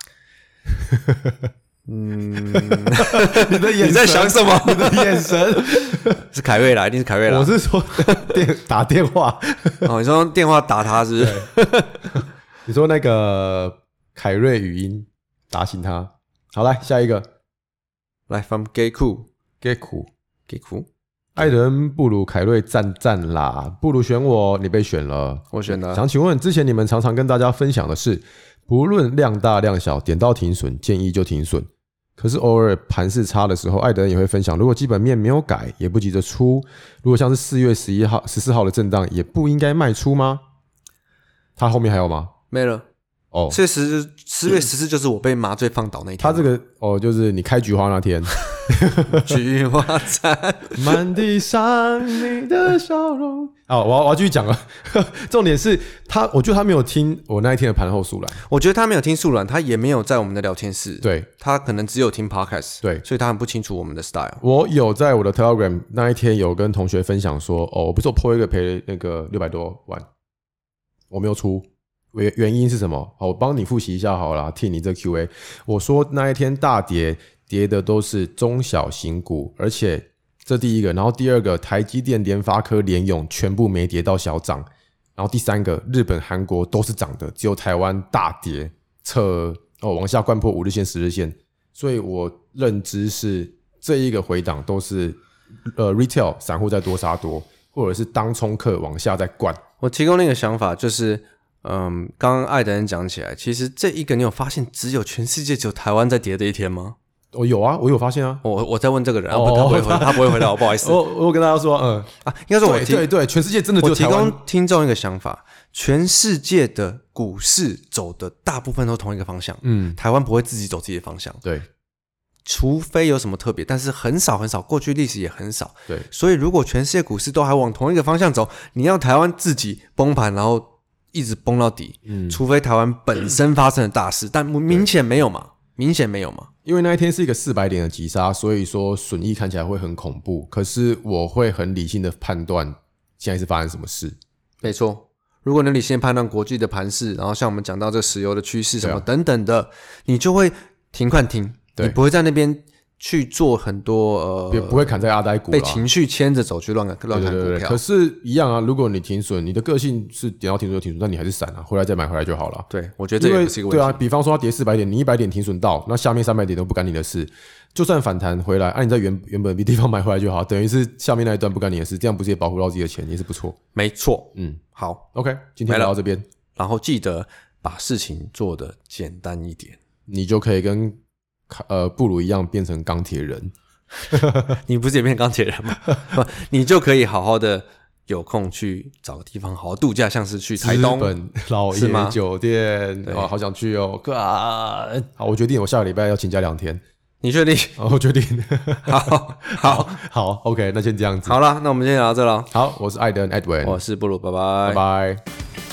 [SPEAKER 2] 嗯，你的眼神
[SPEAKER 1] 你在想什么？
[SPEAKER 2] 你的眼神，
[SPEAKER 1] 是凯瑞啦，一定是凯瑞啦
[SPEAKER 2] 我。是说电打电话。
[SPEAKER 1] 哦，你说用电话打他是不是？
[SPEAKER 2] 你说那个凯瑞语音打醒他。好，来下一个
[SPEAKER 1] 来，from gay cool
[SPEAKER 2] get 苦。
[SPEAKER 1] gay cool，
[SPEAKER 2] 艾伦布鲁凯瑞赞赞啦，布鲁选我，你被选啊了。
[SPEAKER 1] 我选的
[SPEAKER 2] 想请问，之前你们常常跟大家分享的是，不论量大量小，点到停损，建议就停损。可是偶尔盘势差的时候，艾德恩也会分享，如果基本面没有改，也不急着出；如果像是四月十一号、十四号的震荡，也不应该卖出吗？他后面还有吗？
[SPEAKER 1] 没了。
[SPEAKER 2] 哦，
[SPEAKER 1] 所以十十月十四就是我被麻醉放倒那一天。
[SPEAKER 2] 他这个哦，就是你开菊花那天，
[SPEAKER 1] 菊花餐，
[SPEAKER 2] 满地伤你的笑容。好，我要我要继续讲了。 重点是他，我觉得他没有听我那一天的盘后数来。
[SPEAKER 1] 我觉得他没有听素软，他也没有在我们的聊天室，
[SPEAKER 2] 对，
[SPEAKER 1] 他可能只有听 podcast，
[SPEAKER 2] 对
[SPEAKER 1] 所以他很不清楚我们的 style。
[SPEAKER 2] 我有在我的 Telegram 那一天有跟同学分享说，哦，我不是我 PO 一个赔那个六百多万，我没有出，原原因是什么？好，我帮你复习一下好了啦，替你这 QA。我说那一天大跌，跌的都是中小型股，而且这第一个，然后第二个，台积电、联发科、联咏全部没跌到小涨，然后第三个，日本、韩国都是涨的，只有台湾大跌，测哦往下灌破五日线、十日线，所以我认知是这一个回档都是呃 retail 散户在多杀多，或者是当冲客往下在灌。
[SPEAKER 1] 我提供另一个想法，就是，嗯，刚刚爱的人讲起来，其实这一个你有发现，只有全世界只有台湾在跌的一天吗？
[SPEAKER 2] 我、有啊，我有发现啊，
[SPEAKER 1] 我我在问这个人，啊
[SPEAKER 2] 哦
[SPEAKER 1] 不，他不会回，他不会回答我，不好意 思
[SPEAKER 2] 我我跟大家说，嗯，
[SPEAKER 1] 啊。应该说我
[SPEAKER 2] 对
[SPEAKER 1] 提
[SPEAKER 2] 对对，全世界真的就
[SPEAKER 1] 我提
[SPEAKER 2] 台湾
[SPEAKER 1] 供听众一个想法，全世界的股市走的大部分都同一个方向，
[SPEAKER 2] 嗯，
[SPEAKER 1] 台湾不会自己走自己的方向，
[SPEAKER 2] 对
[SPEAKER 1] 除非有什么特别，但是很少很少，过去历史也很少。
[SPEAKER 2] 对，
[SPEAKER 1] 所以如果全世界股市都还往同一个方向走，你要台湾自己崩盘，然后一直崩到底，
[SPEAKER 2] 嗯
[SPEAKER 1] 除非台湾本身发生了大事，但明显没有嘛，明显没有嘛。
[SPEAKER 2] 因为那一天是一个四百点的急杀，所以说损益看起来会很恐怖，可是我会很理性的判断现在是发生什么事。
[SPEAKER 1] 没错，如果能理性判断国际的盘势，然后像我们讲到这石油的趋势什么
[SPEAKER 2] 对啊
[SPEAKER 1] 等等的，你就会停看停，
[SPEAKER 2] 对
[SPEAKER 1] 你不会在那边去做很多呃
[SPEAKER 2] 也不会砍在阿呆股
[SPEAKER 1] 被
[SPEAKER 2] 啦。
[SPEAKER 1] 情绪牵着走去乱砍乱
[SPEAKER 2] 对
[SPEAKER 1] 砍
[SPEAKER 2] 对
[SPEAKER 1] 股
[SPEAKER 2] 对对，可
[SPEAKER 1] 票。
[SPEAKER 2] 是一样啊。如果你停损，你的个性是点到停损就停损，但你还是闪啊，回来再买回来就好了。
[SPEAKER 1] 对，我觉得
[SPEAKER 2] 因
[SPEAKER 1] 这也
[SPEAKER 2] 为
[SPEAKER 1] 不是一个
[SPEAKER 2] 对
[SPEAKER 1] 问
[SPEAKER 2] 啊，
[SPEAKER 1] 题。
[SPEAKER 2] 比方说它跌四百点，你一百点停损到，那下面三百点都不干你的事，就算反弹回来，按、啊你在原原本的地方买回来就好，等于是下面那一段不干你的事，这样不是也保护到自己的钱，也是不错。
[SPEAKER 1] 没错，
[SPEAKER 2] 嗯
[SPEAKER 1] 好，
[SPEAKER 2] ，OK，今
[SPEAKER 1] 没
[SPEAKER 2] 天
[SPEAKER 1] 了
[SPEAKER 2] 聊到这边，
[SPEAKER 1] 然后记得把事情做得简单一点。
[SPEAKER 2] 你就可以跟卡呃布鲁一样变成钢铁人。
[SPEAKER 1] 你不是也变钢铁人 吗？不，你就可以好好的有空去找个地方好好度假，像是去台
[SPEAKER 2] 资
[SPEAKER 1] 东。
[SPEAKER 2] 本老
[SPEAKER 1] 是吗
[SPEAKER 2] 爷酒店，哇，好想去哦！啊，好，我决定，我下个礼拜要请假两天。
[SPEAKER 1] 你确定？
[SPEAKER 2] 哦，我决定，
[SPEAKER 1] 好好
[SPEAKER 2] 好，OK，那先这样子。
[SPEAKER 1] 好了，那我们今天聊到这了。
[SPEAKER 2] 好，我是艾登 Edwin，
[SPEAKER 1] 我是布鲁，拜拜
[SPEAKER 2] 拜拜。